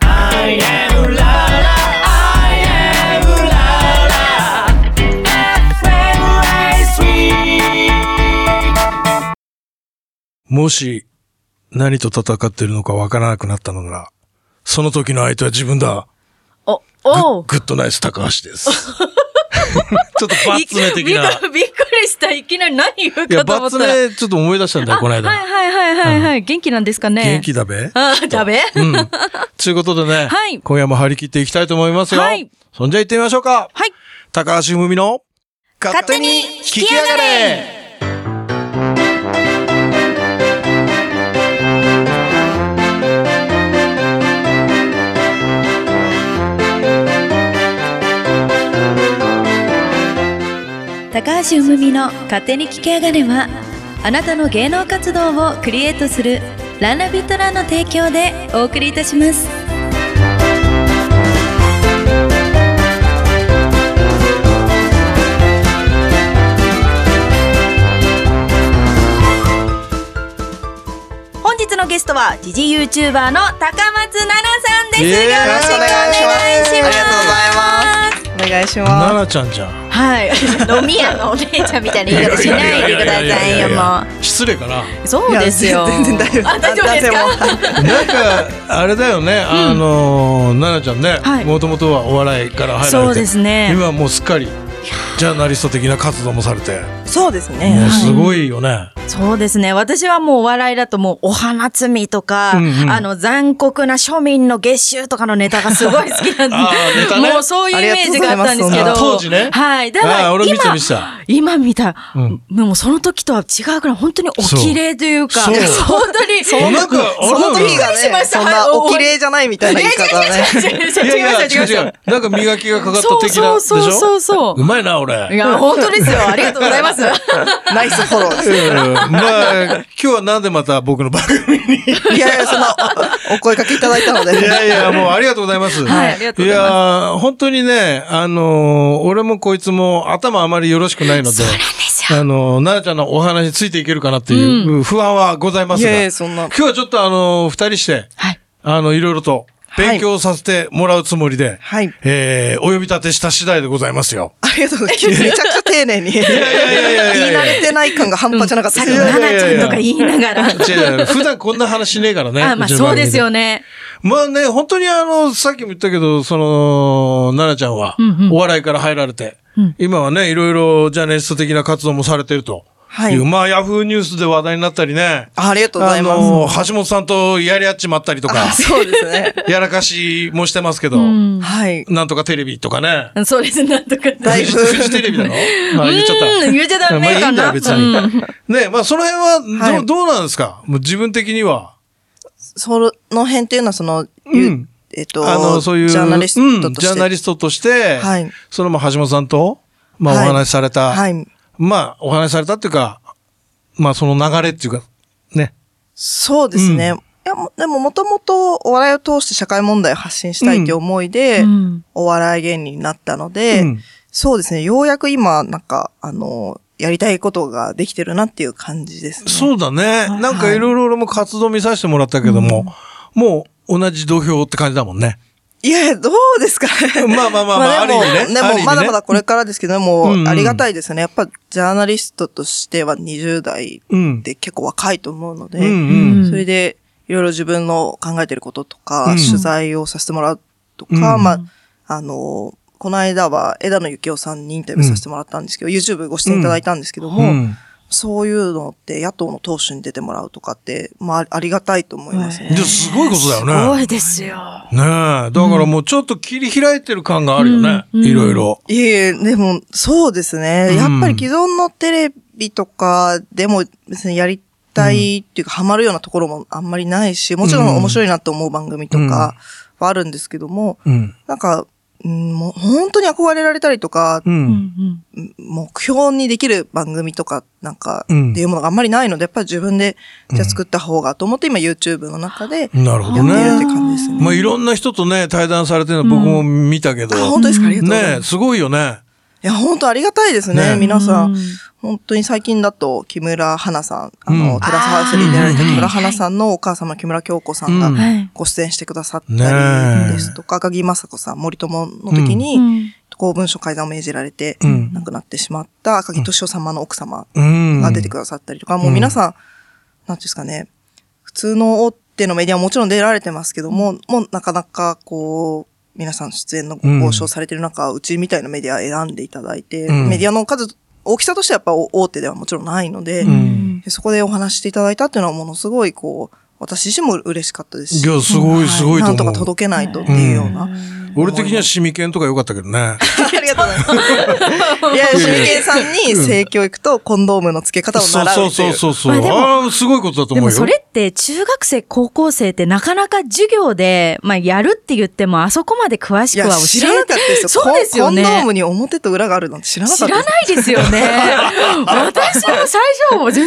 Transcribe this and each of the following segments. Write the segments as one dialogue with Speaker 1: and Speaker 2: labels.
Speaker 1: I am la la, I am la la. FM 93.
Speaker 2: もし、何と戦ってるのかわからなくなったのなら、その時の相手は自分だ。
Speaker 3: お、
Speaker 2: グ
Speaker 3: お
Speaker 2: ッ
Speaker 3: う
Speaker 2: グッドナイス高橋 です。ちょっとバッツネ的な。い
Speaker 3: びっくびっくりした。いきなり何言うかと思ったら。
Speaker 2: や、バッツネちょっと思い出したんだよ、この
Speaker 3: はい
Speaker 2: 間。
Speaker 3: はいはいはいはい。元気なんですかね
Speaker 2: 元気だべ。
Speaker 3: あー、だべ
Speaker 2: うん。ということでね、
Speaker 3: はい
Speaker 2: 今夜も張り切っていきたいと思いますよ。
Speaker 3: はい
Speaker 2: そんじゃ行ってみましょうか。
Speaker 3: はい。
Speaker 2: 高橋文美の勝
Speaker 3: 手に聞きやがれ
Speaker 4: 高橋うむみの勝手に聞き上がれはあなたの芸能活動をクリエイトするランナビットランの提供でお送りいたします
Speaker 3: 本日のゲストは、時事 YouTuber の高松奈々さんです。
Speaker 2: イエーイ
Speaker 3: よろしくお願いします。
Speaker 5: あお願いし
Speaker 2: 奈
Speaker 5: ま
Speaker 2: 々ちゃんじゃん。
Speaker 3: はい。 飲み屋のお姉ちゃんみたいな言い方しないでくださいよ、も
Speaker 2: う。失礼かな。
Speaker 3: う。そう
Speaker 5: す。
Speaker 3: ですよ。
Speaker 5: いや全然大丈夫。
Speaker 3: あ大丈夫ですか
Speaker 5: 男性も
Speaker 2: なんか、あれだよね、あのー、奈々ちゃん
Speaker 3: は
Speaker 2: ね、
Speaker 3: い
Speaker 2: もともとはお笑いから入られて。
Speaker 3: そうですね。
Speaker 2: 今はもうすっかり、ジャーナリスト的な活動もされて、
Speaker 5: そうです
Speaker 2: も
Speaker 5: ね
Speaker 2: う。すごいよね。
Speaker 3: そうですね。私はもうお笑いだともうお花摘みとか、
Speaker 2: うんうん
Speaker 3: あの残酷な庶民の月収とかのネタがすごい好きなん で、
Speaker 2: あーネタね
Speaker 3: もうそういうイメージがあったんですけ
Speaker 5: あり
Speaker 3: ど。
Speaker 5: が
Speaker 2: とうございますそんな当時ね
Speaker 3: はい。ただ
Speaker 2: あー
Speaker 3: 今、
Speaker 2: 俺見て見てた
Speaker 3: 今見た、
Speaker 2: うん
Speaker 3: もうその時とは違うくらい本当にお綺麗というか、
Speaker 2: そうそう
Speaker 3: 本当に。
Speaker 2: そんなことあ
Speaker 5: その
Speaker 2: る
Speaker 5: 時が
Speaker 3: びっくりしま
Speaker 5: ね、
Speaker 3: した
Speaker 5: そんな
Speaker 3: はい
Speaker 5: お綺麗じゃないみたいな言い方はね。
Speaker 2: いやいや、違う
Speaker 3: 違う違う違う違う違う違う違
Speaker 2: 違う。なんか磨きがかかった的な。
Speaker 3: そ
Speaker 2: で
Speaker 3: う
Speaker 2: し
Speaker 3: そうそう
Speaker 2: ょ
Speaker 3: そうそう
Speaker 2: うまいな、
Speaker 3: う。い
Speaker 2: 俺。
Speaker 3: や、本当ですよ。ありがとうございます。
Speaker 5: ナイスフォローです。
Speaker 2: うんまあ、今日はなんでまた僕の番組に。い
Speaker 5: いやいや、その、おお声かけいただいたので。
Speaker 2: やいや、もうありがとうございます。
Speaker 3: はいありがとうございます
Speaker 2: やー、本当にね、あのー俺もこいつも頭あまりよろしくないので、あのー、奈々ちゃんのお話についていけるかなっていう不安はございます
Speaker 5: い
Speaker 2: が、
Speaker 5: やいや、
Speaker 2: 今
Speaker 5: そんな。
Speaker 2: 日はちょっとあのー二人して、
Speaker 3: はい。
Speaker 2: あの、いろいろと勉強させてもらうつもりで、
Speaker 5: はい
Speaker 2: えー、お呼び立てした次第でございます よ。
Speaker 5: ありがとうございます。めちゃくちゃ丁寧に。言い
Speaker 2: やいやいや
Speaker 5: 慣れてない感が半端じゃなかっ
Speaker 3: さ
Speaker 5: た
Speaker 3: っ
Speaker 5: で
Speaker 3: き
Speaker 5: す
Speaker 2: い
Speaker 3: の
Speaker 2: や
Speaker 3: 奈
Speaker 2: いやいや
Speaker 3: 々ちゃんとか言いながら。
Speaker 2: 違う違う普段こんな話しねえからね。
Speaker 3: あ、まあ
Speaker 2: ちの
Speaker 3: そ
Speaker 2: 番
Speaker 3: う
Speaker 2: 組
Speaker 3: ですよね。
Speaker 2: まあね、本当にあの、さっきも言ったけど、その、奈々ちゃんは
Speaker 3: うんう、ん
Speaker 2: お笑いから入られて、今はね、いろいろジャーナリスト的な活動もされてると。、
Speaker 5: はいいう
Speaker 2: まあ、ヤフーニュースで話題になったりね。
Speaker 5: あありがとうござ
Speaker 2: あ
Speaker 5: います。
Speaker 2: の、橋本さんとやり合っちまったりとか
Speaker 5: あ、そうですね。
Speaker 2: やらかしもしてますけど、
Speaker 5: はい。
Speaker 2: なんとかテレビとかね。
Speaker 3: そうです。なんとか。
Speaker 5: だいぶ
Speaker 2: フジフジテレビ だろまあ言っちゃった。
Speaker 3: うん言っちゃダメかな
Speaker 2: まあいいんだよ、別に。
Speaker 3: う
Speaker 2: ねまあその辺はど、
Speaker 5: はい
Speaker 2: どうなんですかもう自分的には。
Speaker 5: その辺っていうのは、その、
Speaker 2: う
Speaker 5: ゆ
Speaker 2: ん
Speaker 5: えっと、
Speaker 2: あの、そういう、
Speaker 5: ジャーナリスト
Speaker 2: うん
Speaker 5: と
Speaker 2: ジャーナ
Speaker 5: し
Speaker 2: リス
Speaker 5: て。
Speaker 2: トとして、
Speaker 5: はい
Speaker 2: そのまあ橋本さんと、まあお
Speaker 5: はい
Speaker 2: 話しされた、
Speaker 5: はい。
Speaker 2: まあお話しされたっていうか、まあその流れっていうか、ね。
Speaker 5: そうですね。
Speaker 2: うん
Speaker 5: いや、もでも、もともとお笑いを通して社会問題を発信したいという思いで、
Speaker 3: うん
Speaker 5: お笑い芸人になったので、
Speaker 2: うん
Speaker 5: そうですね。ようやく今、なんか、あの、やりたいことができてるなっていう感じですね。
Speaker 2: そうだね。
Speaker 5: い
Speaker 2: なんかいろいろ俺も活動見させてもらったけども、もう同じ土俵って感じだもんね。
Speaker 5: いやいや、どうですかね。
Speaker 2: まあまあまあまあ
Speaker 5: でも
Speaker 2: ある意味ね
Speaker 5: で
Speaker 2: ある意味
Speaker 5: も、
Speaker 2: ね
Speaker 5: まだまだこれからですけど
Speaker 2: う
Speaker 5: も
Speaker 2: んうん、
Speaker 5: ありがたいですね。やっぱ、ジャーナリストとしては20代
Speaker 2: うん
Speaker 5: って結構若いと思うので、
Speaker 2: うんうん。
Speaker 3: ん
Speaker 5: それで、いろいろ自分の考えてることとか、
Speaker 2: うん
Speaker 5: 取材をさせてもらうとか、
Speaker 2: うん
Speaker 5: まあ、あの、この間は枝野幸男さんにインタビューさせてもらったんですけど、YouTube ご出演いただいたんですけども、
Speaker 2: うん
Speaker 5: そういうのって野党の党首に出てもらうとかって、まあ、ありがたいと思いますね。
Speaker 2: じゃあすごいことだよね。
Speaker 3: すごいですよ。
Speaker 2: ねえ。だからもうちょっと切り開いてる感があるよね。
Speaker 3: うんうん
Speaker 2: いろいろ。
Speaker 5: いえいえ、でも、そうですね。
Speaker 2: うん
Speaker 5: やっぱり既存のテレビとかでも別にやりたいっていうか、ハマるようなところもあんまりないし、もちろ
Speaker 2: うん
Speaker 5: ん面白いなと思う番組とかはあるんですけども、
Speaker 2: うん。
Speaker 5: なんか、うんもう本当に憧れられたりとか、
Speaker 2: う。
Speaker 3: うんん
Speaker 5: 目標にできる番組とか、なんか、
Speaker 2: うん
Speaker 5: っていうものがあんまりないので、やっぱり自分で、じゃあ作った方がと思って、今 YouTube の中でやってる
Speaker 2: なるほど
Speaker 5: っ
Speaker 2: ね。
Speaker 5: て感じですね。
Speaker 2: まあいろんな人とね、対談されてるの僕も見たけど。
Speaker 5: あ、本当ですかありがとうござい
Speaker 2: ね
Speaker 5: ま
Speaker 2: え、
Speaker 5: す。
Speaker 2: すごいよね。
Speaker 5: いや、本当ありがたいですね、
Speaker 2: ね
Speaker 5: 皆さん
Speaker 4: うん。
Speaker 5: 本当に最近だと、木村花さん、あ
Speaker 2: うん
Speaker 5: の、テラスハウスに出られた
Speaker 2: あー
Speaker 5: 木村花さんのお母様、木村京子さん
Speaker 2: うん
Speaker 5: が
Speaker 4: はい。
Speaker 5: ご出演してくださっ
Speaker 2: ね
Speaker 5: た
Speaker 2: え
Speaker 5: りですとか、赤木雅子さん、森友の時
Speaker 4: う
Speaker 5: に、
Speaker 4: ん
Speaker 5: 公文書改ざんを命じられて
Speaker 2: うん、
Speaker 5: 亡くなってしまった赤木敏夫様の奥様
Speaker 2: うん。
Speaker 5: が出てくださったりとか、もう皆さん、なんていうんですかね、普通の大手のメディアももちろん出られてますけども、もうなかなかこう、皆さん出演のご交渉されてる中、うちみたいなメディア選んでいただいて、
Speaker 2: うん
Speaker 5: メディアの数、大きさとしてはやっぱ大手ではもちろんないので、
Speaker 2: うん。
Speaker 5: でそこでお話していただいたっていうのはものすごいこう、私自身も嬉しかったですし。
Speaker 2: いやすごい
Speaker 5: は
Speaker 2: すごいと思う
Speaker 5: なんとか届けないとっていうような。
Speaker 2: 俺的にはシミケンとか良かったけどね。
Speaker 5: ありがとうございます。いや、シミケンさんに性教育とコンドームの付け方を習うってい。
Speaker 2: そううそうそうそう。
Speaker 4: まあでも
Speaker 2: ああ、すごいことだと
Speaker 4: で
Speaker 2: 思
Speaker 4: も
Speaker 2: うよ。
Speaker 4: それって中学生、高校生ってなかなか授業で、まあやるって言ってもあそこまで詳し
Speaker 5: い
Speaker 4: くは
Speaker 5: や、
Speaker 4: 教
Speaker 5: 知
Speaker 4: え
Speaker 5: らなかったですよ。
Speaker 4: そうですよね
Speaker 5: コンコンドームに表と裏があるなんて知らなか
Speaker 4: 知
Speaker 5: った
Speaker 4: ら
Speaker 5: です。
Speaker 4: ないですよね。私も最初は全然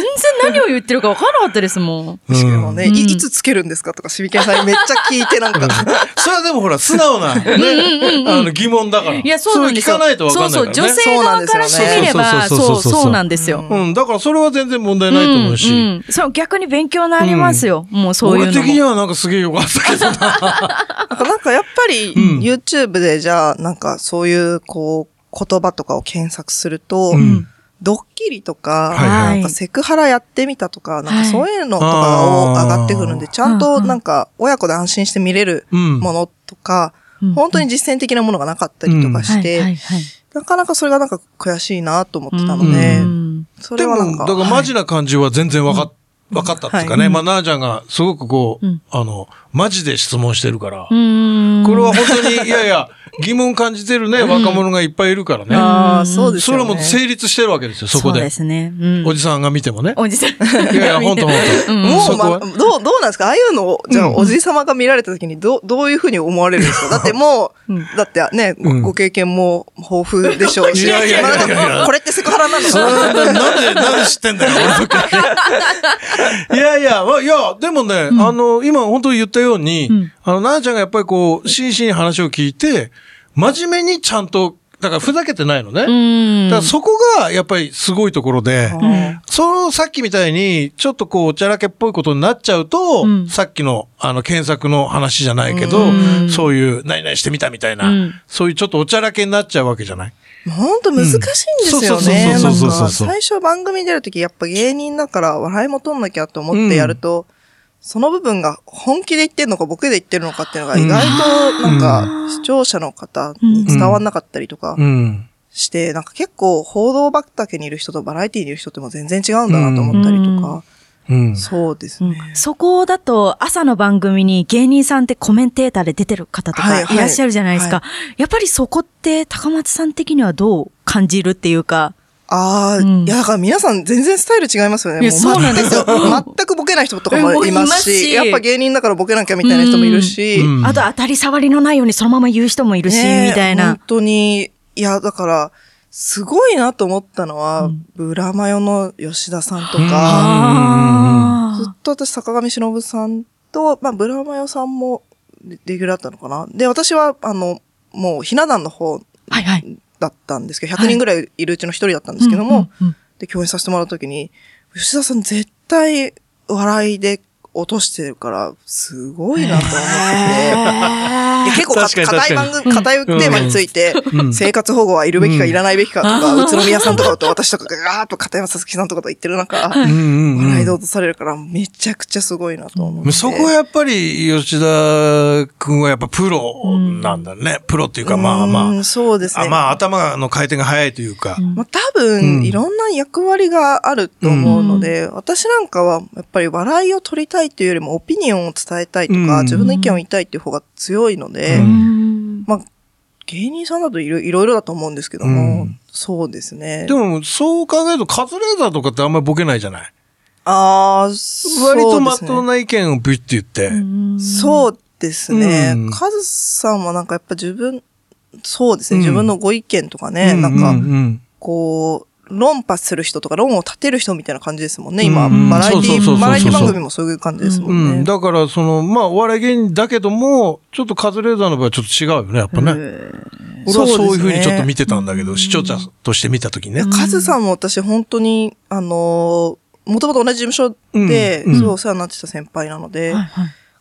Speaker 4: 何を言ってるか分からなかったですもん。
Speaker 2: うん
Speaker 5: しかもね、
Speaker 4: うん
Speaker 5: いいつつけるんですかとか、シミケンさんにめっちゃ聞いてなんか、
Speaker 2: それはでもほら、素直な、ね、あの疑問だから。
Speaker 4: いや、そうなんですよ。
Speaker 2: れ聞かないとわかんないから
Speaker 4: そ
Speaker 2: ね。
Speaker 4: うそう、女性側からしてみれば、
Speaker 2: そうなんですよね
Speaker 4: そう、そうなんですよ。
Speaker 2: うん、だからそれは全然問題ないと思うし。
Speaker 4: んんそう、逆に勉強になりますよ。もうそういう
Speaker 2: 俺
Speaker 4: の
Speaker 2: 的に
Speaker 4: も。
Speaker 2: はなんかすげえ良かったけどな。
Speaker 5: なんかなんかやっぱり
Speaker 2: うん
Speaker 5: YouTube でじゃあ、なんかそういうこう、言葉とかを検索すると、
Speaker 2: うん
Speaker 5: ドッキリとか、
Speaker 2: はい
Speaker 4: はい
Speaker 5: なんかセクハラやってみたとか、なん
Speaker 4: は
Speaker 5: か
Speaker 4: い
Speaker 5: そういうのとかを
Speaker 2: あー
Speaker 5: 上がってくるんで、ちゃんとなんか親子で安心して見れる
Speaker 2: うん
Speaker 5: ものとか、
Speaker 4: うん
Speaker 5: 本当に実践的なものがなかったりとかし
Speaker 4: は
Speaker 5: て、
Speaker 4: いはいはい
Speaker 5: なかなかそれがなんか悔しいなと思ってたので、
Speaker 4: うん
Speaker 5: そ
Speaker 2: で
Speaker 5: れ
Speaker 2: も
Speaker 5: はなん、か。
Speaker 2: だからマジな感じは全然わかっ、わかったっていうかね。
Speaker 5: はい
Speaker 2: まあ、なあちゃんがすごくこう、
Speaker 4: うん
Speaker 2: あの、マジで質問してるから。
Speaker 4: うん
Speaker 2: これは本当に、いやいや、疑問感じてるね、若者がいっぱいいるからね。
Speaker 5: ああ、そうです
Speaker 2: そ
Speaker 5: よ
Speaker 2: れ
Speaker 5: ね。
Speaker 2: はもう成立してるわけですよ、そこ
Speaker 4: う
Speaker 2: で
Speaker 4: で。すね。うん
Speaker 2: おじさんが見てもね。
Speaker 4: おじさん。
Speaker 2: いやいや、ほんとほん
Speaker 4: う
Speaker 2: と。
Speaker 4: ん
Speaker 5: も、
Speaker 2: そうこ
Speaker 5: ま、
Speaker 2: は
Speaker 5: どう、どうなんですかああいうのを、じゃあ、
Speaker 2: うん
Speaker 5: おじい様が見られた時に、どう、どういうふうに思われるんですかだってもう、だってね、
Speaker 2: うん
Speaker 5: ご経験も豊富でしょう し、
Speaker 2: いやいやいやいや
Speaker 5: まあなんかこれってセクハラなの
Speaker 2: それ
Speaker 5: かな
Speaker 2: はななんで、なんで知ってんだよ、俺の関係いやいや、わいや、でもね、あの、今本当に言ったように、
Speaker 4: ん
Speaker 2: あの、なあちゃんがやっぱりこう、真摯に話を聞いて、真面目にちゃんと、だからふざけてないのね。
Speaker 4: うん
Speaker 2: だからそこがやっぱりすごいところで、
Speaker 5: うん
Speaker 2: そのさっきみたいにちょっとこうおちゃらけっぽいことになっちゃうと、
Speaker 4: うん
Speaker 2: さっきのあの検索の話じゃないけど、
Speaker 4: うん
Speaker 2: そういう何々してみたみたいな、
Speaker 4: うん
Speaker 2: そういうちょっとおちゃらけになっちゃうわけじゃない。
Speaker 5: ほんと難しいんですよね。
Speaker 2: うん
Speaker 5: な
Speaker 2: そうんそうそうそうそう
Speaker 5: か、最初番組に出るとき、やっぱ芸人だから笑いも取んなきゃと思ってやると、その部分が本気で言ってるのか、ボケで言ってるのかっていうのが意外と、なんか、視聴者の方に伝わんなかったりとか
Speaker 2: うん。
Speaker 5: して、なんか結構報道畑にいる人とバラエティにいる人ってもう全然違うんだなと思ったりとか、
Speaker 2: うん。
Speaker 5: そうですね。
Speaker 4: そこだと朝の番組に芸人さんってコメンテーターで出てる方と
Speaker 5: は
Speaker 4: か
Speaker 5: いはい
Speaker 4: いらっしゃるじゃないですか。やっぱりそこって高松さん的にはどう感じるっていうか。
Speaker 5: ああ、
Speaker 4: うん
Speaker 5: いや、だから皆さん全然スタイル違いますよね。
Speaker 4: いや
Speaker 5: も
Speaker 4: そうなんですよ
Speaker 5: 全く全くボケない人とかもいますし、
Speaker 4: うんいますし
Speaker 5: やっぱ芸人だからボケなきゃみたいな人もいるし、
Speaker 2: うん
Speaker 4: あと当たり障りのないようにそのまま言う人もいるし、
Speaker 5: ねえ
Speaker 4: みたい
Speaker 5: 本
Speaker 4: な。
Speaker 5: 当に、いや、だから、すごいなと思ったのは、ブラマヨの吉田さんとか、
Speaker 4: あ
Speaker 5: ずっと私、坂上忍さんと、まあ、ブラマヨさんもレレギュラーだったのかな。で、私は、あの、もう、ひな壇の方
Speaker 4: あ。はいはい。
Speaker 5: だったんですけど、100人ぐらいいるうちの一人だったんですけども、
Speaker 4: うんうんうん
Speaker 5: で、共演させてもらうときに、吉田さん絶対笑いで落としてるから、すごいなと思ってて、で結構か
Speaker 2: 確かに確
Speaker 5: 硬
Speaker 2: か
Speaker 5: い
Speaker 2: に
Speaker 5: 番組、硬いテーマについて、
Speaker 2: うん
Speaker 5: 生活保護はいるべきか
Speaker 2: うん
Speaker 5: いらないべきかとか、宇都宮さんとかと私とかがガーッと片山さつきさんとかと言ってる中、
Speaker 2: うんうんうん
Speaker 5: 笑いで落とされるから、めちゃくちゃすごいなと思って。
Speaker 2: そこはやっぱり吉田くんはやっぱプロなんだね。プロっていうかまあま
Speaker 5: う
Speaker 2: あ
Speaker 5: ん、そうですね。
Speaker 2: あまあ頭の回転が早いというか。
Speaker 5: まあ、多分、
Speaker 2: うん
Speaker 5: いろんな役割があると思うので、私なんかは、やっぱり笑いを取りたいというよりも、オピニオンを伝えたいと
Speaker 2: う
Speaker 5: か、
Speaker 2: ん
Speaker 5: 自分の意見を言いたいっていう方が強いので、
Speaker 2: うん
Speaker 5: まあ、芸人さんだといろいろいろだと思うんですけども、
Speaker 2: うん
Speaker 5: そうですね
Speaker 2: で。もそう考えるとカズレーザーとかってあんまりボケないじゃない
Speaker 5: ああ、そう
Speaker 2: 割
Speaker 5: ですね。
Speaker 2: とまっとうな意見をビュッて言って。
Speaker 5: そうですね
Speaker 2: うん。
Speaker 5: カズさんはなんかやっぱ自分、そうです
Speaker 2: う
Speaker 5: ね、
Speaker 2: ん
Speaker 5: 自分のご意見とかね、
Speaker 2: う
Speaker 5: なんか、
Speaker 2: ううん
Speaker 5: こう、論破する人とか論を立てる人みたいな感じですもんね、今。
Speaker 2: うん
Speaker 5: バラエテ
Speaker 2: そうそうそうそう
Speaker 5: ィ、バラエティ番組もそういう感じですも
Speaker 2: うん
Speaker 5: ね。
Speaker 2: ん、だから、その、まあ、お笑い芸人だけども、ちょっとカズレーザーの場合はちょっと違うよね、やっぱね。俺はそういうふう
Speaker 5: そうで
Speaker 2: に
Speaker 5: す
Speaker 2: ち
Speaker 5: ね
Speaker 2: ょっと見てたんだけど、視聴者として見たときね。
Speaker 5: カズさんも私本当に、あのー、もともと同じ事務所で、
Speaker 2: うんうん
Speaker 5: すごいお世話になってた先輩なので、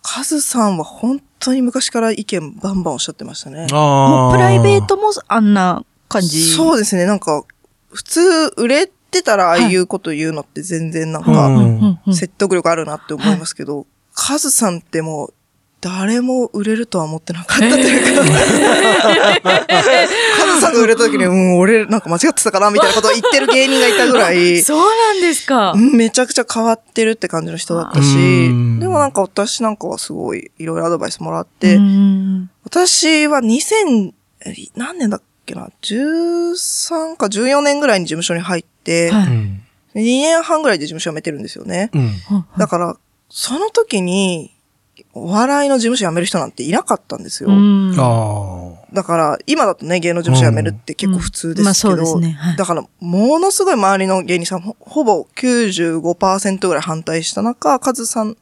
Speaker 5: カズさんは本当に昔から意見バンバンおっしゃってましたね。
Speaker 2: あ
Speaker 3: もうプライベートもあんな感じ。
Speaker 5: そうですね、なんか、普通売れてたらああいうこと言うのって全然なんか、
Speaker 3: うんうんうん
Speaker 5: 説得力あるなって思いますけど、カズさんってもう、誰も売れるとは思ってなかったというか、 カズさんが売れた時に、うん、俺なんか間違ってたかなみたいなことを言ってる芸人がいたぐらい、
Speaker 3: そうなんですか。
Speaker 5: うんめちゃくちゃ変わってるって感じの人だった
Speaker 2: う
Speaker 5: し、
Speaker 2: ん
Speaker 5: でもなんか私なんかはすごいいろいろアドバイスもらって、
Speaker 3: うん
Speaker 5: 私は2000、え何年だっけな、13か14年ぐらいに事務所に入って、
Speaker 3: はい
Speaker 2: うん
Speaker 5: 2年半ぐらいで事務所辞めてるんですよね。
Speaker 2: うん
Speaker 5: だから、その時に、お笑いの事務所辞める人なんていなかったんですよ。
Speaker 3: うん
Speaker 2: ああ。
Speaker 5: だから、今だとね、芸能事務所辞めるって結構普通ですけ
Speaker 3: うんまあそう
Speaker 5: ど、
Speaker 3: ですねはい
Speaker 5: だから、ものすごい周りの芸人さん、ほほぼ95%ぐらい反対した中、カズさん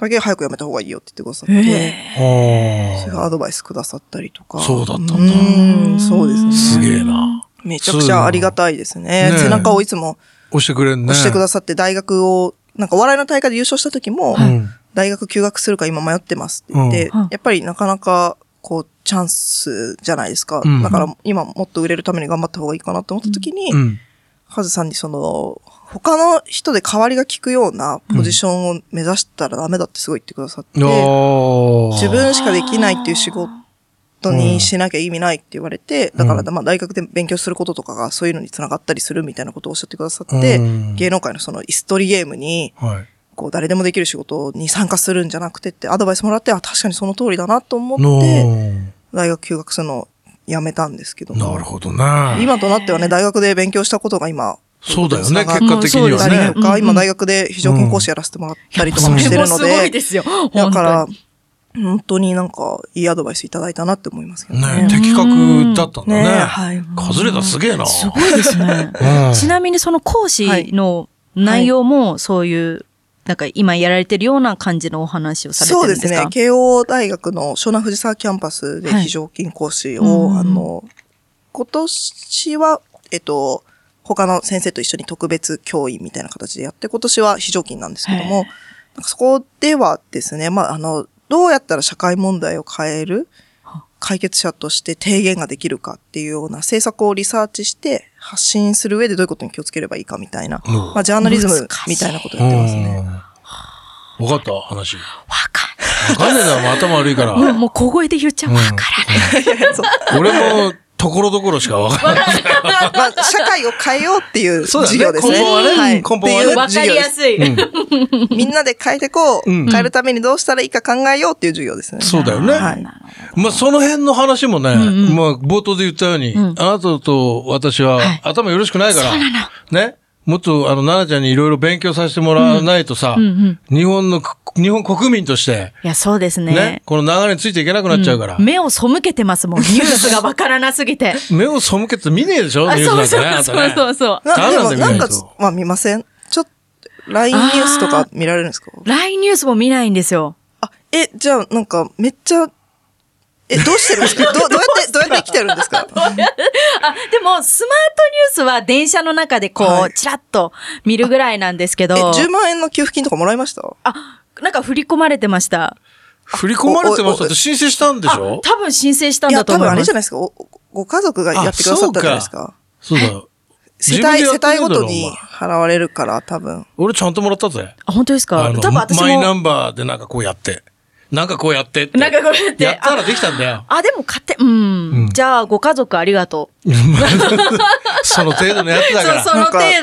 Speaker 5: だけ早く辞めた方がいいよって言ってくださって、
Speaker 3: え
Speaker 5: それ
Speaker 2: あ
Speaker 5: がアドバイスくださったりとか。
Speaker 2: そうだったんだ
Speaker 5: うん、そうですね。
Speaker 2: あ。すげえな。
Speaker 5: めちゃくちゃありがたいですね。
Speaker 2: ねえ
Speaker 5: 背中をいつも
Speaker 2: 押してくれんね。
Speaker 5: 押してくださって、大学を、なんかお笑いの大会で優勝した時も、
Speaker 2: うん
Speaker 5: 大学休学するか今迷ってますって言って、
Speaker 3: うんうん
Speaker 5: やっぱりなかなか、こう、チャンスじゃないですか。
Speaker 2: うん
Speaker 5: だから今もっと売れるために頑張った方がいいかなと思った時に、
Speaker 2: うん。
Speaker 5: カズさんにその、他の人で代わりが効くようなポジションを目指したらダメだってすごい言ってくださって、
Speaker 2: ああ。
Speaker 5: 自分しかできないっていう仕事にしなきゃ意味ないって言われて、だから、
Speaker 2: うん
Speaker 5: まあ大学で勉強することとかがそういうのにつながったりするみたいなことをおっしゃってくださって、
Speaker 2: うん
Speaker 5: 芸能界のその椅子取りゲームに、
Speaker 2: はい。
Speaker 5: こう誰でもできる仕事に参加するんじゃなくてってアドバイスもらって、あ、確かにその通りだなと思
Speaker 2: の
Speaker 5: って、大学休学するのをやめたんですけども
Speaker 2: なるほどな。
Speaker 5: 今となってはね、大学で勉強したことが今、
Speaker 2: そうだよね、
Speaker 5: つながっ
Speaker 2: 結果的に
Speaker 3: そう
Speaker 5: た
Speaker 2: は
Speaker 5: り
Speaker 2: ね
Speaker 5: と。か、今大学で非常勤講師やらせてもらったりとかもしてるの
Speaker 3: それもすごい
Speaker 5: で、
Speaker 3: ですよ。
Speaker 5: だ
Speaker 3: だ
Speaker 5: から、本当になんか、いいアドバイスいただいたなって思いますけどね。
Speaker 2: ね的確だったん
Speaker 5: ねえ
Speaker 2: だね。
Speaker 5: はい。
Speaker 2: カズレーザーすげえな。
Speaker 3: すごいで すね。
Speaker 2: うん
Speaker 3: ちなみにその講師の内容もそういう、なんか今やられてるような感じのお話をされて
Speaker 5: そう
Speaker 3: るん
Speaker 5: で
Speaker 3: です
Speaker 5: す
Speaker 3: か
Speaker 5: ね。慶応大学の湘南藤沢キャンパスで
Speaker 3: はい
Speaker 5: 非常勤講師を、
Speaker 3: うん
Speaker 5: あの、今年は、えっと、他の先生と一緒に特別教員みたいな形でやって、今年は非常勤なんですけど
Speaker 3: は
Speaker 5: も、なんかそこではですね、まあ、あの、どうやったら社会問題を変える解決者として提言ができるかっていうような政策をリサーチして発信する上でどういうことに気をつければいいかみたいな、
Speaker 2: うん
Speaker 5: まあ、ジャーナリズムみたいなことをやってますね。
Speaker 2: うんわかった話。わかんない。わかんないな、もう頭悪 いから。
Speaker 3: もうもう小声で言っちゃう。わからない。
Speaker 2: 俺も、ところどころしかわかんない。
Speaker 5: まあ、社会を変えようっていう
Speaker 2: そうだね
Speaker 5: 授業ですね。
Speaker 2: 根本はね
Speaker 5: い
Speaker 2: 根本はね
Speaker 5: っていう
Speaker 3: わか
Speaker 5: 授業
Speaker 3: り
Speaker 5: で
Speaker 3: や
Speaker 5: す。
Speaker 3: すい。
Speaker 2: うん
Speaker 5: みんなで変えてこう、
Speaker 2: うん
Speaker 5: 変えるためにどうしたらいいか考えようっていう授業ですね。
Speaker 2: そうだよね。
Speaker 5: はい
Speaker 2: まあ、その辺の話もね、まあ、冒頭で言ったように、あなたと私は、頭よろしくないから、ね。もっと、あの、奈々ちゃんにいろいろ勉強させてもらわないとさ、日本のく、日本国民として、
Speaker 3: いや、そうですね。
Speaker 2: ね、この流れについていけなくなっちゃうから、
Speaker 3: 目を背けてま すもん。ニュースがわからなすぎて。
Speaker 2: 目を背けて見ねえでしょ
Speaker 3: あ
Speaker 2: ニュ
Speaker 3: そ
Speaker 2: ー
Speaker 3: う
Speaker 2: ス
Speaker 3: そう
Speaker 2: なんてね
Speaker 3: そうそうそう。
Speaker 5: なで
Speaker 2: 頼ん
Speaker 5: も、
Speaker 2: でみ
Speaker 5: な
Speaker 2: なんいと
Speaker 5: か、まあ見ませんちょっと、LINE ニュースとか見られるんですか
Speaker 3: LINE ニュースも見ないんですよ。
Speaker 5: あえ、じゃあ、なんか、めっちゃ、え、どうしてるんです かどうどうやって、どうやって生きてるんですか
Speaker 3: あ、でも、スマートニュースは電車の中でこう、
Speaker 5: はい
Speaker 3: チラッと見るぐらいなんですけ
Speaker 5: え、
Speaker 3: ど、
Speaker 5: 10万円の給付金とかもらいました
Speaker 3: あ、なんか振り込まれてました。
Speaker 2: 振り込まれてましたって申請したんでしょ
Speaker 3: 多分申請したん
Speaker 5: い
Speaker 3: だ
Speaker 5: や、
Speaker 3: と
Speaker 5: 多
Speaker 3: 思
Speaker 5: 分
Speaker 3: い
Speaker 5: あれ
Speaker 3: ま
Speaker 5: じ
Speaker 3: す
Speaker 5: ゃ。ないですか。おご家族がやってくださったじゃないですか。
Speaker 2: そうだよ。
Speaker 5: 世
Speaker 2: 自分
Speaker 5: 帯、
Speaker 2: で
Speaker 5: 世
Speaker 2: やって
Speaker 5: 帯
Speaker 2: んだろ
Speaker 5: ごとに払われるから、多分。
Speaker 2: お前俺ちゃんともらったぜ。
Speaker 3: あ本当です
Speaker 2: あ
Speaker 3: か
Speaker 2: の
Speaker 3: 多分私
Speaker 2: マイナ
Speaker 3: も。
Speaker 2: ンバーでなんかこうやって。なんかこうやってって。
Speaker 3: なんかこうやって
Speaker 2: やったらできたんだよ。
Speaker 3: あ、でも買って、うん。
Speaker 2: うん
Speaker 3: じゃあ、ご家族ありがとう。
Speaker 2: その程度のやつだから。
Speaker 3: そう、その程度
Speaker 5: だ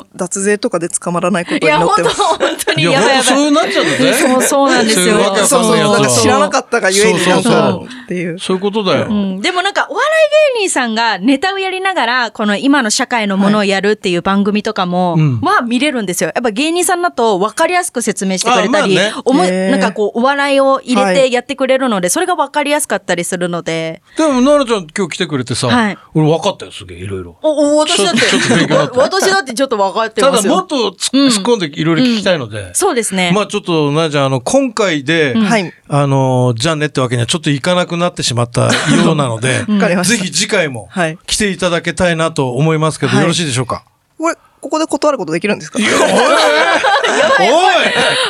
Speaker 3: の。
Speaker 5: 脱税とかで捕まらないこと
Speaker 3: い
Speaker 5: に
Speaker 3: や、
Speaker 5: なっ
Speaker 3: 本
Speaker 5: て
Speaker 3: 当
Speaker 5: ます。
Speaker 3: 本当に
Speaker 2: い
Speaker 3: や
Speaker 2: や、
Speaker 3: ば
Speaker 2: ほん
Speaker 3: いや
Speaker 2: とそう
Speaker 3: ばい。
Speaker 2: なっちゃうんだぜ。
Speaker 3: そうそうなんですよ
Speaker 2: そういうわけわ
Speaker 5: そ
Speaker 2: か
Speaker 5: う
Speaker 2: ん
Speaker 5: そ
Speaker 2: な
Speaker 5: う
Speaker 2: いやつ
Speaker 5: なんか
Speaker 2: は
Speaker 5: 知らなかったがゆえになんか
Speaker 2: そうそう
Speaker 5: っていう。
Speaker 2: そういうことだよ。
Speaker 3: うん、でもなんかお笑い芸人さんがネタをやりながら、この今の社会のものをやるっていう番組とかも、
Speaker 2: はいうん
Speaker 3: は見れるんですよ。やっぱ芸人さんだと分かりやすく説明してくれたり、
Speaker 2: あまあね
Speaker 3: おも
Speaker 5: へー
Speaker 3: なんかこうお笑合を入れ
Speaker 5: は
Speaker 3: て
Speaker 5: い
Speaker 3: やってくれるので、それが分かりやすかったりするので、
Speaker 2: でも、奈々ちゃん今日来てくれてさ、
Speaker 3: はい
Speaker 2: 俺分かったよ、すげえ、いろいろ。
Speaker 3: お、お、私だって
Speaker 2: ちょちょっと勉強になっ、た
Speaker 3: 私だってちょっと分かって
Speaker 2: た
Speaker 3: ま
Speaker 2: だ、
Speaker 3: す
Speaker 2: もっ
Speaker 3: よ。
Speaker 2: とつ突っ込んでいろいろ聞きたいので。
Speaker 3: そうですね。
Speaker 2: まあちょっと、奈々ちゃん、あの、今回で、
Speaker 5: はい。
Speaker 2: あの、じゃあねってわけにはちょっといかなくなってしまったようなので、
Speaker 5: わかりま
Speaker 2: ぜ
Speaker 5: した。
Speaker 2: ひ次回も
Speaker 5: はい
Speaker 2: 来ていただきたいなと思いますけど、
Speaker 5: はい
Speaker 2: よろしいでしょう か
Speaker 5: これ、ここで断ることできるんですか
Speaker 2: おいお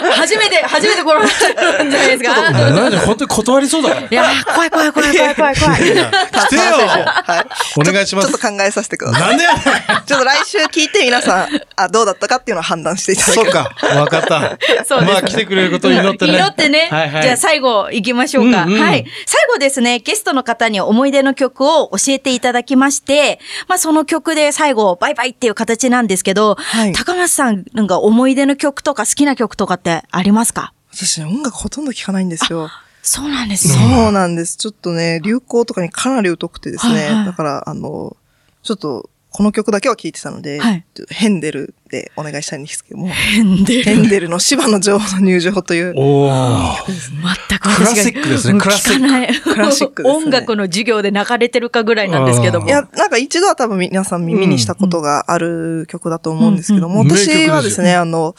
Speaker 2: い
Speaker 3: 初めて、初めてこれるんじゃないですか。
Speaker 2: 奈々ちゃん、本当に断りそうだから。
Speaker 3: いやー、怖い怖い怖い怖い怖い怖い。
Speaker 2: 来てよ
Speaker 5: はい。
Speaker 2: お願いしま
Speaker 5: ちょっと
Speaker 2: す。
Speaker 5: 考えさせてください。
Speaker 2: なんでやねん
Speaker 5: ちょっと来週聞いて皆さん、あ、どうだったかっていうのを判断していただけ
Speaker 2: そ
Speaker 5: る
Speaker 2: うか、わかった。
Speaker 3: そうです
Speaker 2: まあ来てくれることを祈ってね。
Speaker 3: 祈ってね。
Speaker 2: はいはい。
Speaker 3: じゃあ最後行きましょうか、
Speaker 2: うんうん
Speaker 3: はい。最後ですね、ゲストの方に思い出の曲を教えていただきまして、まあその曲で最後、バイバイっていう形なんですけど、
Speaker 5: はい
Speaker 3: 高松さんなんか思い出の曲とか好きな曲とかってありますか
Speaker 5: 私ね、音楽ほとんど聞かないんですよ。
Speaker 3: そうなんですね。
Speaker 5: そうなんです。ちょっとね、流行とかにかなり疎くてですね。
Speaker 3: はいはい
Speaker 5: だから、あの、ちょっと、この曲だけは聴いてたので、
Speaker 3: はい
Speaker 5: ちょっとヘンデルでお願いしたいんですけども、
Speaker 3: ヘンデル
Speaker 5: ヘンデルの芝の女王の入場という、
Speaker 2: おー
Speaker 3: 全く
Speaker 2: クラシックですね、クラシック。
Speaker 3: ク
Speaker 5: クラシックですね
Speaker 3: 音楽の授業で流れてるかぐらいなんですけども。
Speaker 5: いや、なんか一度は多分皆さん耳にしたことがある曲だと思うんですけども、
Speaker 2: うんうん
Speaker 5: 私はですね、あの、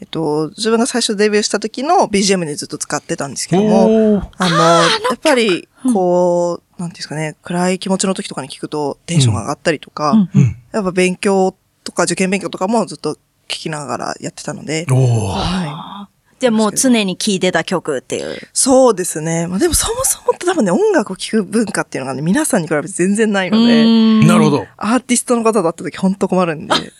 Speaker 5: えっと、自分が最初デビューした時の BGM にずっと使ってたんですけども、
Speaker 2: おー
Speaker 5: あの、やっぱり、こう、なんていうんですかね、暗い気持ちの時とかに聞くとテンションが上がったりとか、
Speaker 3: うん
Speaker 2: うん。
Speaker 5: やっぱ勉強とか受験勉強とかもずっと聞きながらやってたので、
Speaker 2: おー
Speaker 5: はい。
Speaker 3: じゃあもう常に聴いてた曲っていう。
Speaker 5: そうですね。まあでもそもそも多分ね、音楽を聴く文化っていうのがね、皆さんに比べて全然ないので、
Speaker 2: な
Speaker 3: な
Speaker 2: るほ。ど。
Speaker 5: アーティストの方だった時ほんと困るんで、
Speaker 3: なる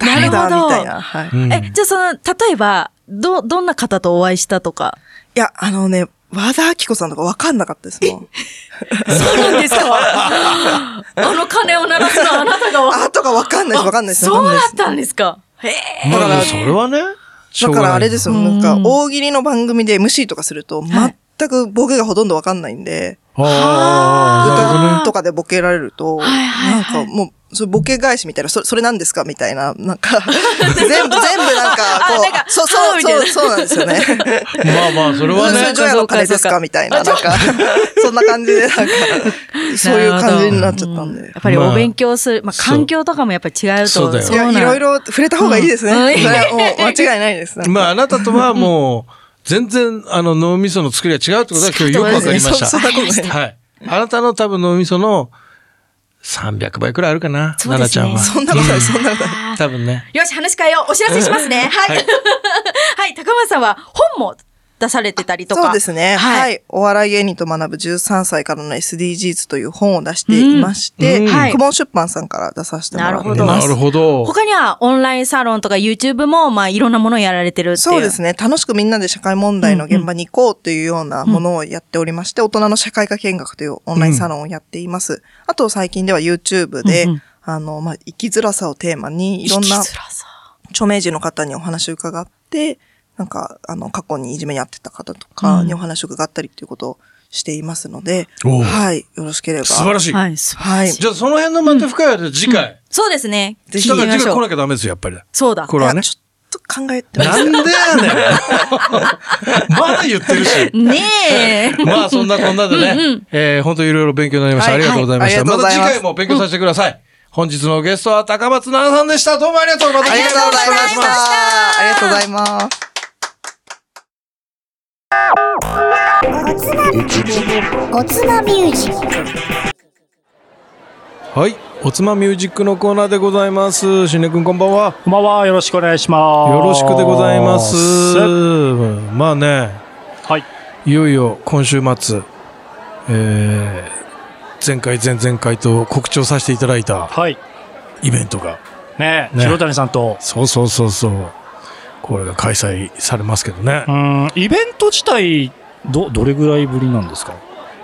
Speaker 5: 誰
Speaker 3: ほ
Speaker 5: だ
Speaker 3: ど
Speaker 5: みたいな。はい。
Speaker 2: う
Speaker 5: い
Speaker 2: ん
Speaker 3: え、じゃあその、例えば、ど、どんな方とお会いしたと か。
Speaker 5: や、あのね、和田明子さんとかわかんなかったですもん。
Speaker 3: そうなん ですかあの鐘を鳴らすのあなたがわ
Speaker 5: あとかわかんないです、わかんないです。
Speaker 3: そう
Speaker 5: わか
Speaker 3: だ
Speaker 5: んないで
Speaker 3: っ
Speaker 5: す
Speaker 3: たんですかへえ。
Speaker 2: まあでもそれはね、しょ
Speaker 5: だ
Speaker 2: うが
Speaker 5: か
Speaker 2: ない
Speaker 5: らあれですよ、
Speaker 3: うん
Speaker 5: なんか大喜利の番組で MC とかすると、全くボケがほとんどわかんないんで、
Speaker 2: あ
Speaker 5: 歌とかでボケられると、
Speaker 3: いはいはい
Speaker 5: なんかもう、それボケ返しみたいな、それ、それなんですかみたいな、な んか、全部、全部なんか、こう、
Speaker 3: あなんか
Speaker 5: そう、
Speaker 3: はいう
Speaker 5: そ、
Speaker 3: みたいな
Speaker 5: そう、そうなんですよね。
Speaker 2: ーまあまあ、それ
Speaker 5: そ
Speaker 2: は
Speaker 5: れ
Speaker 2: ね。
Speaker 5: 除夜の鐘ですかみたいな、なんか、そんな感じで、なんか、そういう感じになっちゃったんで
Speaker 3: や。っぱりお勉強する、まあ、
Speaker 2: そう
Speaker 3: 環境とかもやっぱり違うと。
Speaker 2: そうだよ
Speaker 5: いや、
Speaker 3: ない
Speaker 5: ろいろ触れた方がいいですね。
Speaker 3: うんうん
Speaker 5: それはもう間違いないです。なんか
Speaker 2: まああなたとはもう、全然あの脳みその作りが違うってことは今日よくわかりました。
Speaker 5: そうそうそうそう
Speaker 2: はい。あなたの多分脳みその300倍くらいあるかな、
Speaker 3: そうで
Speaker 2: 奈々
Speaker 3: す
Speaker 2: ち
Speaker 3: ね
Speaker 2: ゃんは。
Speaker 5: そんなことない、そんなことない。
Speaker 2: 多分ね。
Speaker 3: よし、話変えよう。お知らせしますね。はい。
Speaker 2: はい
Speaker 3: はい、高松さんは本も出されてたりとか。
Speaker 5: そうですね。
Speaker 3: はい
Speaker 5: はい。お笑い芸人と学ぶ13歳からの SDGs という本を出していまして、
Speaker 2: うんうん
Speaker 3: はい
Speaker 5: クモン出版さんから出させてもらって
Speaker 3: なるほ
Speaker 5: ます。
Speaker 3: ど
Speaker 2: なるほど。
Speaker 3: 他にはオンラインサロンとか YouTube も、まあ、いろんなものをやられてるっていう。
Speaker 5: そうです
Speaker 3: ね。
Speaker 5: ね。楽しくみんなで社会問題の現場に行こうというようなものをやっておりまして、大人の社会科見学というオンラインサロンをやっています。あと最近では YouTube で、
Speaker 3: うんうん
Speaker 5: あの、まあ、生きづらさをテーマにいろんな著名人の方にお話を伺って、なんか、あの、過去にいじめにあってた方とかにお話を伺ったりということをしていますので、
Speaker 2: おう
Speaker 5: はい。よろしければ。
Speaker 2: 素晴らしい。
Speaker 3: はい、そう
Speaker 5: はい。
Speaker 2: じゃあその辺のまた深い話は次回。
Speaker 3: そうですね。聞い
Speaker 2: だから
Speaker 3: てみま
Speaker 2: 次
Speaker 3: し
Speaker 2: 回来
Speaker 3: ょう。
Speaker 2: なきゃダメですよ、やっぱり。
Speaker 3: そうだ。
Speaker 2: これはね
Speaker 5: いや。ちょっと考えてます。
Speaker 2: なんでやね ん。まだ言ってるし。
Speaker 3: ねえ。
Speaker 2: まあそんなこんなでね、えー本当にいろいろ勉強になりました。
Speaker 5: は
Speaker 2: あ
Speaker 5: い
Speaker 2: りがとうございました。
Speaker 5: はい
Speaker 2: ま
Speaker 5: ありがとうご
Speaker 2: た次
Speaker 5: ざいます
Speaker 2: 回も勉強させてください。本日のゲストは高松奈々さんでした。どうもありがとうございました。
Speaker 5: ありがとうございました。ありがとうございます。
Speaker 6: おつまミュージック
Speaker 2: はい。おつまミュージックのコーナーでございます。しんねくんこんばんは。
Speaker 7: こんばんは、よろしくお願いします。
Speaker 2: よろしくでございます。まあね、
Speaker 7: はい。
Speaker 2: いよいよ今週末、えー前回前々回と告知をさせていただいた
Speaker 7: はい。
Speaker 2: イベントが、
Speaker 7: ねえ、
Speaker 2: ね
Speaker 7: 白谷さんと。
Speaker 2: そうそうそうそう、これが開催されますけどね
Speaker 7: う。ん、イベント自体、ど、どれぐらいぶりなんですか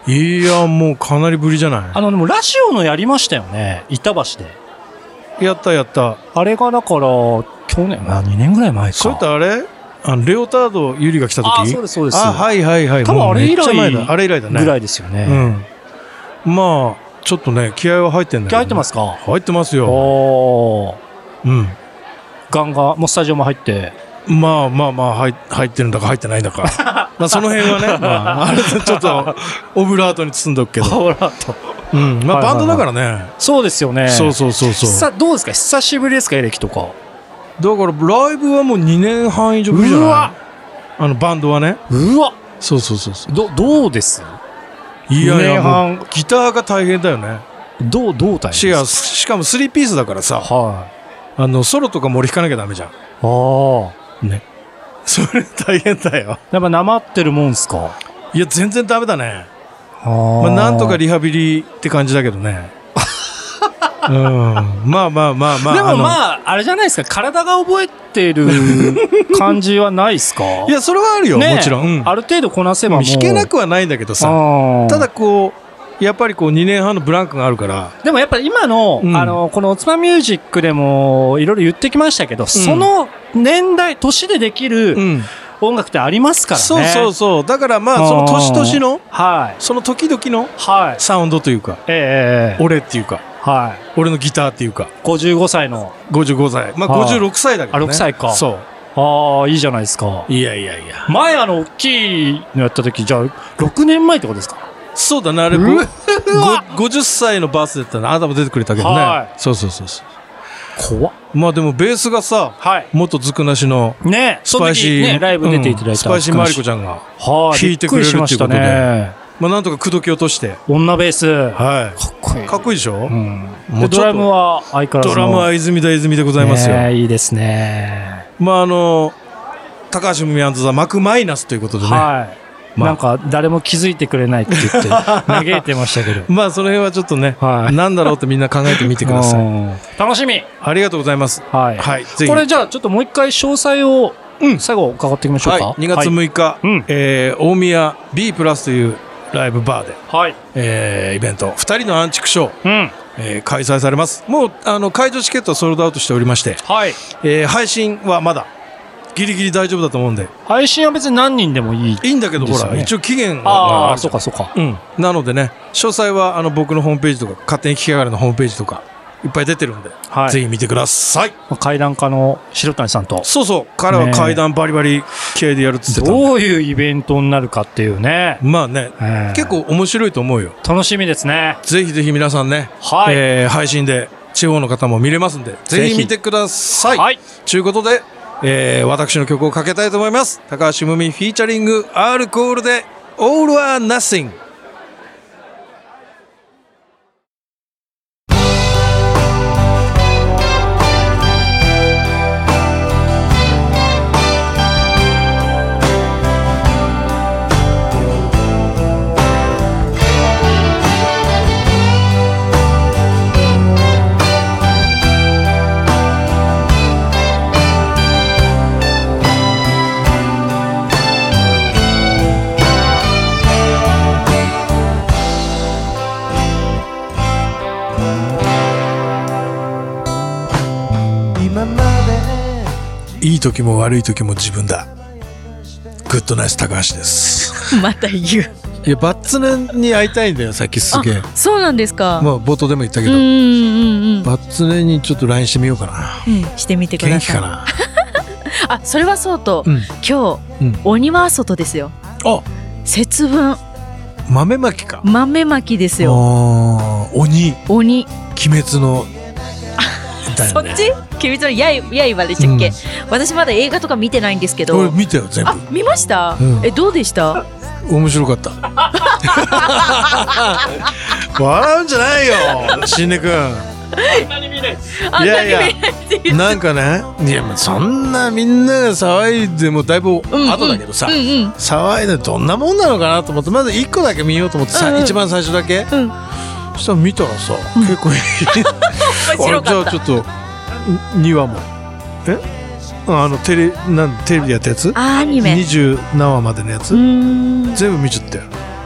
Speaker 2: いや、もうかなりぶりじゃな
Speaker 7: あの、でもラジオのやりましたよね。板橋で。
Speaker 2: いやったやった。
Speaker 7: あれがだから、去年、あ、2年ぐらい前か。
Speaker 2: それってあれあの、レオタードゆりが来た時
Speaker 7: あ、そうです、そうです。
Speaker 2: あはいはいはい。
Speaker 7: 多分あれ以来
Speaker 2: もうめっちゃ前だ。あれ以来だね。
Speaker 7: ぐらいですよね。
Speaker 2: うん。まあ、ちょっとね、気合は入ってんだけど、
Speaker 7: 入ってますか
Speaker 2: 入ってますよ。
Speaker 7: おー。
Speaker 2: うん。
Speaker 7: ガンガン、もうスタジオも入って。
Speaker 2: まあまあまあ、入入ってるんだか入ってないんだか。まあその辺はね、まあ、あ れちょっとオブラートに包んどくけど。
Speaker 7: オブラート。
Speaker 2: うん。まあ
Speaker 7: はいは
Speaker 2: バ
Speaker 7: いは
Speaker 2: ン
Speaker 7: い
Speaker 2: ドだからね。
Speaker 7: そうですよね。
Speaker 2: そうそうそうそう。
Speaker 7: 久どうですか久しぶりですかエレキとか。
Speaker 2: だからライブはもう2年半以上ぶりじゃ
Speaker 7: う
Speaker 2: な
Speaker 7: わ
Speaker 2: いあのバンドはね。
Speaker 7: うわ
Speaker 2: そうそうそうそう。
Speaker 7: ど、どうです
Speaker 2: いやい
Speaker 7: 二年
Speaker 2: や、
Speaker 7: 半
Speaker 2: もうギターが大変だよね。
Speaker 7: どう、どう大変
Speaker 2: し
Speaker 7: で
Speaker 2: や
Speaker 7: す
Speaker 2: しかも3ピースだからさ、
Speaker 7: かはい。
Speaker 2: あの、ソロとかも俺弾かなきゃダメじゃん。
Speaker 7: ああ。
Speaker 2: それ大変だよ。
Speaker 7: やっぱなまってるもんすか
Speaker 2: いや、全然ダメだね。
Speaker 7: あー
Speaker 2: まあ、なんとかリハビリって感じだけど ね。うん。まあまあまあまあ。
Speaker 7: でも
Speaker 2: あ
Speaker 7: まあ、あれじゃないですか、体が覚えてる感じはないです か
Speaker 2: の。いや、それはあるよ、
Speaker 7: ねえ
Speaker 2: もちろん。うん
Speaker 7: ある程度こなせばもう。
Speaker 2: 弾けなくはないんだけどさ。
Speaker 7: あー
Speaker 2: ただ、こう、やっぱりこう、2年半のブランクがあるから。
Speaker 7: でもやっぱ今の、
Speaker 2: うん
Speaker 7: あの、このおつまミュージックでも、いろいろ言ってきましたけど、その年代、年ででき
Speaker 2: う
Speaker 7: る
Speaker 2: ん。
Speaker 7: 音楽ってありますからね。
Speaker 2: そうそうそう。だからまあ、その年々の、
Speaker 7: はい。
Speaker 2: その時々の
Speaker 7: はい。
Speaker 2: サウンドというか、
Speaker 7: ええ
Speaker 2: 俺っていうか、
Speaker 7: はい。
Speaker 2: 俺のギターっていうか、
Speaker 7: 55歳の。
Speaker 2: 55歳。まあ、
Speaker 7: はい
Speaker 2: 56歳だけどね。
Speaker 7: あ6歳か
Speaker 2: そ
Speaker 7: ああ、いいじゃないですか
Speaker 2: う。。いやいやいや。
Speaker 7: 前あの、大きいのやった時、じゃあ、6年前ってことですか
Speaker 2: そうだね、あれ、ごご50歳のバースデーだったな。あなたも出てくれたけどね
Speaker 7: は。
Speaker 2: そうそうそうそう。
Speaker 7: 怖っ。
Speaker 2: まあでもベースがさ、
Speaker 7: はい。
Speaker 2: 元ずくなしの
Speaker 7: ね
Speaker 2: スパイシー、
Speaker 7: ね、ライブ出ていただいた、
Speaker 2: うんスパイシーマリコちゃんが、
Speaker 7: ゃん。はい。
Speaker 2: 弾いてくれるっていうことで
Speaker 7: びっくりしましたね。
Speaker 2: まあなんとか口説き落として、
Speaker 7: 女ベース。
Speaker 2: は
Speaker 7: かっこいい。
Speaker 2: い。かっこいいでしょ、
Speaker 7: うん。
Speaker 2: も
Speaker 7: で
Speaker 2: うちょっと
Speaker 7: ドラムは相変わらず
Speaker 2: ド
Speaker 7: の。
Speaker 2: ラマは
Speaker 7: ご
Speaker 2: 泉田泉でございますよ。
Speaker 7: いいですね。
Speaker 2: まああの、高橋文哉ザ幕マイナスということでね。
Speaker 7: はい。
Speaker 2: まあ
Speaker 7: なんか、誰も気づいてくれないって言 って、嘆いてましたけど。
Speaker 2: まあその辺はちょっとね、
Speaker 7: はい
Speaker 2: なんだろうってみんな考えてみてください。
Speaker 7: い。楽しみ
Speaker 2: ありがとうございます。
Speaker 7: はい。
Speaker 2: はい、ぜひ。
Speaker 7: これじゃあ、ちょっともう一回詳細を、
Speaker 2: うん
Speaker 7: 最後伺っていきましょう
Speaker 2: はい、
Speaker 7: か。
Speaker 2: 2月
Speaker 7: はい
Speaker 2: 6日、
Speaker 7: うん
Speaker 2: えー大宮 B プラスというライブバーで、
Speaker 7: はい。
Speaker 2: えーイベント、二人のアンチクショー、
Speaker 7: うん。
Speaker 2: えー開催されます。もう、あの、会場チケットはソールドアウトしておりまして、
Speaker 7: はい。
Speaker 2: えー配信はまだ、ギリギリ大丈夫だと思うんで、
Speaker 7: 配信は別に何人でもいい。
Speaker 2: いいんだけど、
Speaker 7: です
Speaker 2: ほ
Speaker 7: よ
Speaker 2: ら、
Speaker 7: ね
Speaker 2: 一応期限が
Speaker 7: あ
Speaker 2: あ
Speaker 7: あ、
Speaker 2: る
Speaker 7: そ
Speaker 2: じゃ
Speaker 7: うんかそうか。
Speaker 2: うん。なのでね、詳細は、あの、僕のホームページとか、勝手に聞きやがれのホームページとか、いっぱい出てるんで、
Speaker 7: はい
Speaker 2: ぜひ見てください。
Speaker 7: まあ階段家の白谷さんと。
Speaker 2: そうそう、彼は
Speaker 7: ねえ
Speaker 2: 階段バリバリ系でやるっつってたんで
Speaker 7: どういうイベントになるかっていうね。
Speaker 2: まあね、
Speaker 7: ええ
Speaker 2: 結構面白いと思うよ。
Speaker 7: 楽しみですね。
Speaker 2: ぜひぜひ皆さんね、
Speaker 7: はい
Speaker 2: えー配信で地方の方も見れますんで、ぜ
Speaker 7: ぜ
Speaker 2: ひ
Speaker 7: ひ
Speaker 2: 見てください。
Speaker 7: はい
Speaker 2: ということで、えー私の曲をかけたいと思います。高橋文美フィーチャリング R コールで All or Nothing。いい時も悪い時も自分だ。グッドナイス高橋です。
Speaker 4: また言う。
Speaker 2: いや、バッツネンに会いたいんだよ、さっきすげえ。
Speaker 4: そうなんですか。
Speaker 2: まあ、冒頭でも言ったけ
Speaker 4: うんう
Speaker 2: ど、
Speaker 4: んうん
Speaker 2: バッツネンにちょっと LINE してみようかな。
Speaker 4: うん。うんしてみてく
Speaker 2: 元
Speaker 4: だ
Speaker 2: 気か
Speaker 4: さい。
Speaker 2: な。
Speaker 4: あ、それはそうと、
Speaker 2: うん。
Speaker 4: 今日、
Speaker 2: うん
Speaker 4: 鬼は外ですよ。
Speaker 2: あ
Speaker 4: 節分、
Speaker 2: 豆まきか。
Speaker 4: 豆まきですよ。
Speaker 2: あー鬼。
Speaker 4: 鬼。
Speaker 2: 鬼滅 のだ
Speaker 4: そ
Speaker 2: よ
Speaker 4: っ
Speaker 2: ね
Speaker 4: ち君とやいやいばでしたっけ、
Speaker 2: うん
Speaker 4: 私まだ映画とか見てないんですけ
Speaker 2: 俺
Speaker 4: ど
Speaker 2: 見たよ全
Speaker 4: あ見ました、
Speaker 2: うん
Speaker 4: えどうでした
Speaker 2: 部面白か った笑うんじゃないよしんねくん
Speaker 4: あん
Speaker 2: い
Speaker 4: な
Speaker 2: や
Speaker 4: に
Speaker 2: い
Speaker 4: 見ない
Speaker 2: やなんかねいやまあそんなみんなが騒いでもだいぶ
Speaker 4: うん
Speaker 2: 後だけどさ、
Speaker 4: うんうん
Speaker 2: 騒いでどんなもんなのかなと思ってまず1個だけ見ようと思ってさ、
Speaker 4: うんうん
Speaker 2: 一番最初だけ、
Speaker 4: うん
Speaker 2: そしたら見たらさ、結構いい
Speaker 4: 面白
Speaker 2: あ
Speaker 4: かっ
Speaker 2: じゃあ
Speaker 4: た
Speaker 2: ちょっと2話もえあのテレなんテレビでやったやつ
Speaker 4: あアニメ
Speaker 2: 二十何話までのやつ、
Speaker 4: うーん
Speaker 2: 全部見ちゃったよ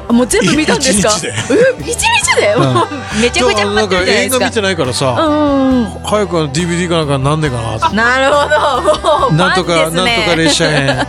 Speaker 4: あもう全部見たんですか
Speaker 2: 一日で
Speaker 4: うん一日で、
Speaker 2: うん
Speaker 4: もうめちゃくちゃハマ
Speaker 2: な
Speaker 4: っ
Speaker 2: ん
Speaker 4: て
Speaker 2: か
Speaker 4: るじゃない
Speaker 2: 映
Speaker 4: です
Speaker 2: 画見
Speaker 4: か
Speaker 2: てないから
Speaker 4: う
Speaker 2: さ、
Speaker 4: んうん
Speaker 2: 早くあの DVD かなんかなんでかなと
Speaker 4: なるほどもう
Speaker 2: なんと
Speaker 4: ファ
Speaker 2: か、
Speaker 4: ンです
Speaker 2: なんと
Speaker 4: ね
Speaker 2: か列車編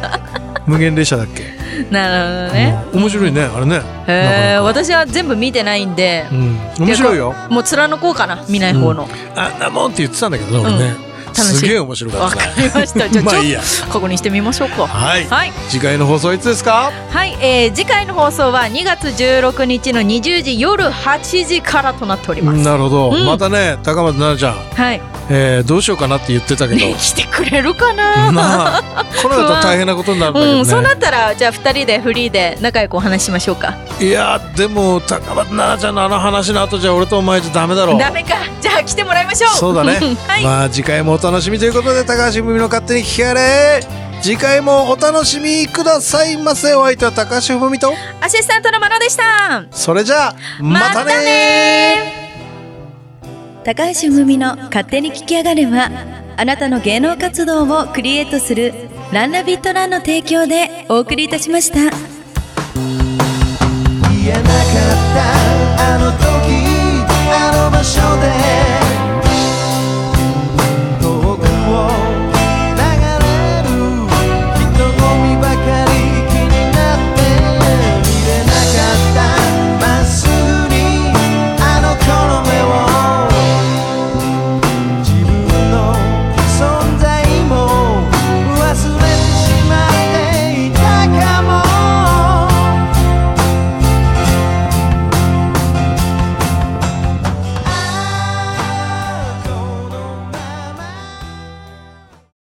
Speaker 2: 無限列車だっけ、
Speaker 4: なるほどね、
Speaker 2: うん面白いねあれね
Speaker 4: えー、
Speaker 2: なかなか
Speaker 4: 私は全部見てないんで
Speaker 2: うん面白いよ
Speaker 4: もう貫こうかな見ない方の、
Speaker 2: あんなもんって言ってたんだけどね俺ね、
Speaker 3: 楽
Speaker 2: す
Speaker 3: し
Speaker 2: げえ
Speaker 3: い。
Speaker 2: 面白か
Speaker 3: わ
Speaker 2: った
Speaker 3: か
Speaker 2: ね。
Speaker 3: り ました。じゃあ、
Speaker 2: まあ
Speaker 3: ちょ
Speaker 2: いいや
Speaker 3: っと、ここにしてみましょうか。
Speaker 2: はい
Speaker 3: はい。
Speaker 2: 次回の放送はいつですか
Speaker 3: はい、えー次回の放送は2月16日の20時夜8時からとなっております。
Speaker 2: なるほど、
Speaker 3: うん
Speaker 2: またね高松奈々ちゃん、
Speaker 3: はい、
Speaker 2: えーどうしようかなって言ってたけど
Speaker 3: ねしてくれるかな。
Speaker 2: まあこれだと大変なことになるんだけどね、
Speaker 3: うん、そうなったらじゃあ2人でフリーで仲良くお話ししましょうか
Speaker 2: いやーでも高松奈々ちゃんのあの話の後じゃ俺とお前じゃダメだろう
Speaker 3: ダメかじゃあ来てもらいましょう
Speaker 2: そう だね、
Speaker 3: はい、
Speaker 2: まあ次回もお楽しみということで高橋文の勝手に聞かれ次回もお楽しみくださいませお相手は高橋文と
Speaker 3: アシスタントのまのでした
Speaker 2: それじゃあまたねー
Speaker 4: 高橋むみの勝手に聞き上がれはあなたの芸能活動をクリエイトするランナビットランの提供でお送りいたしました。
Speaker 1: 言えなかったあの時あの場所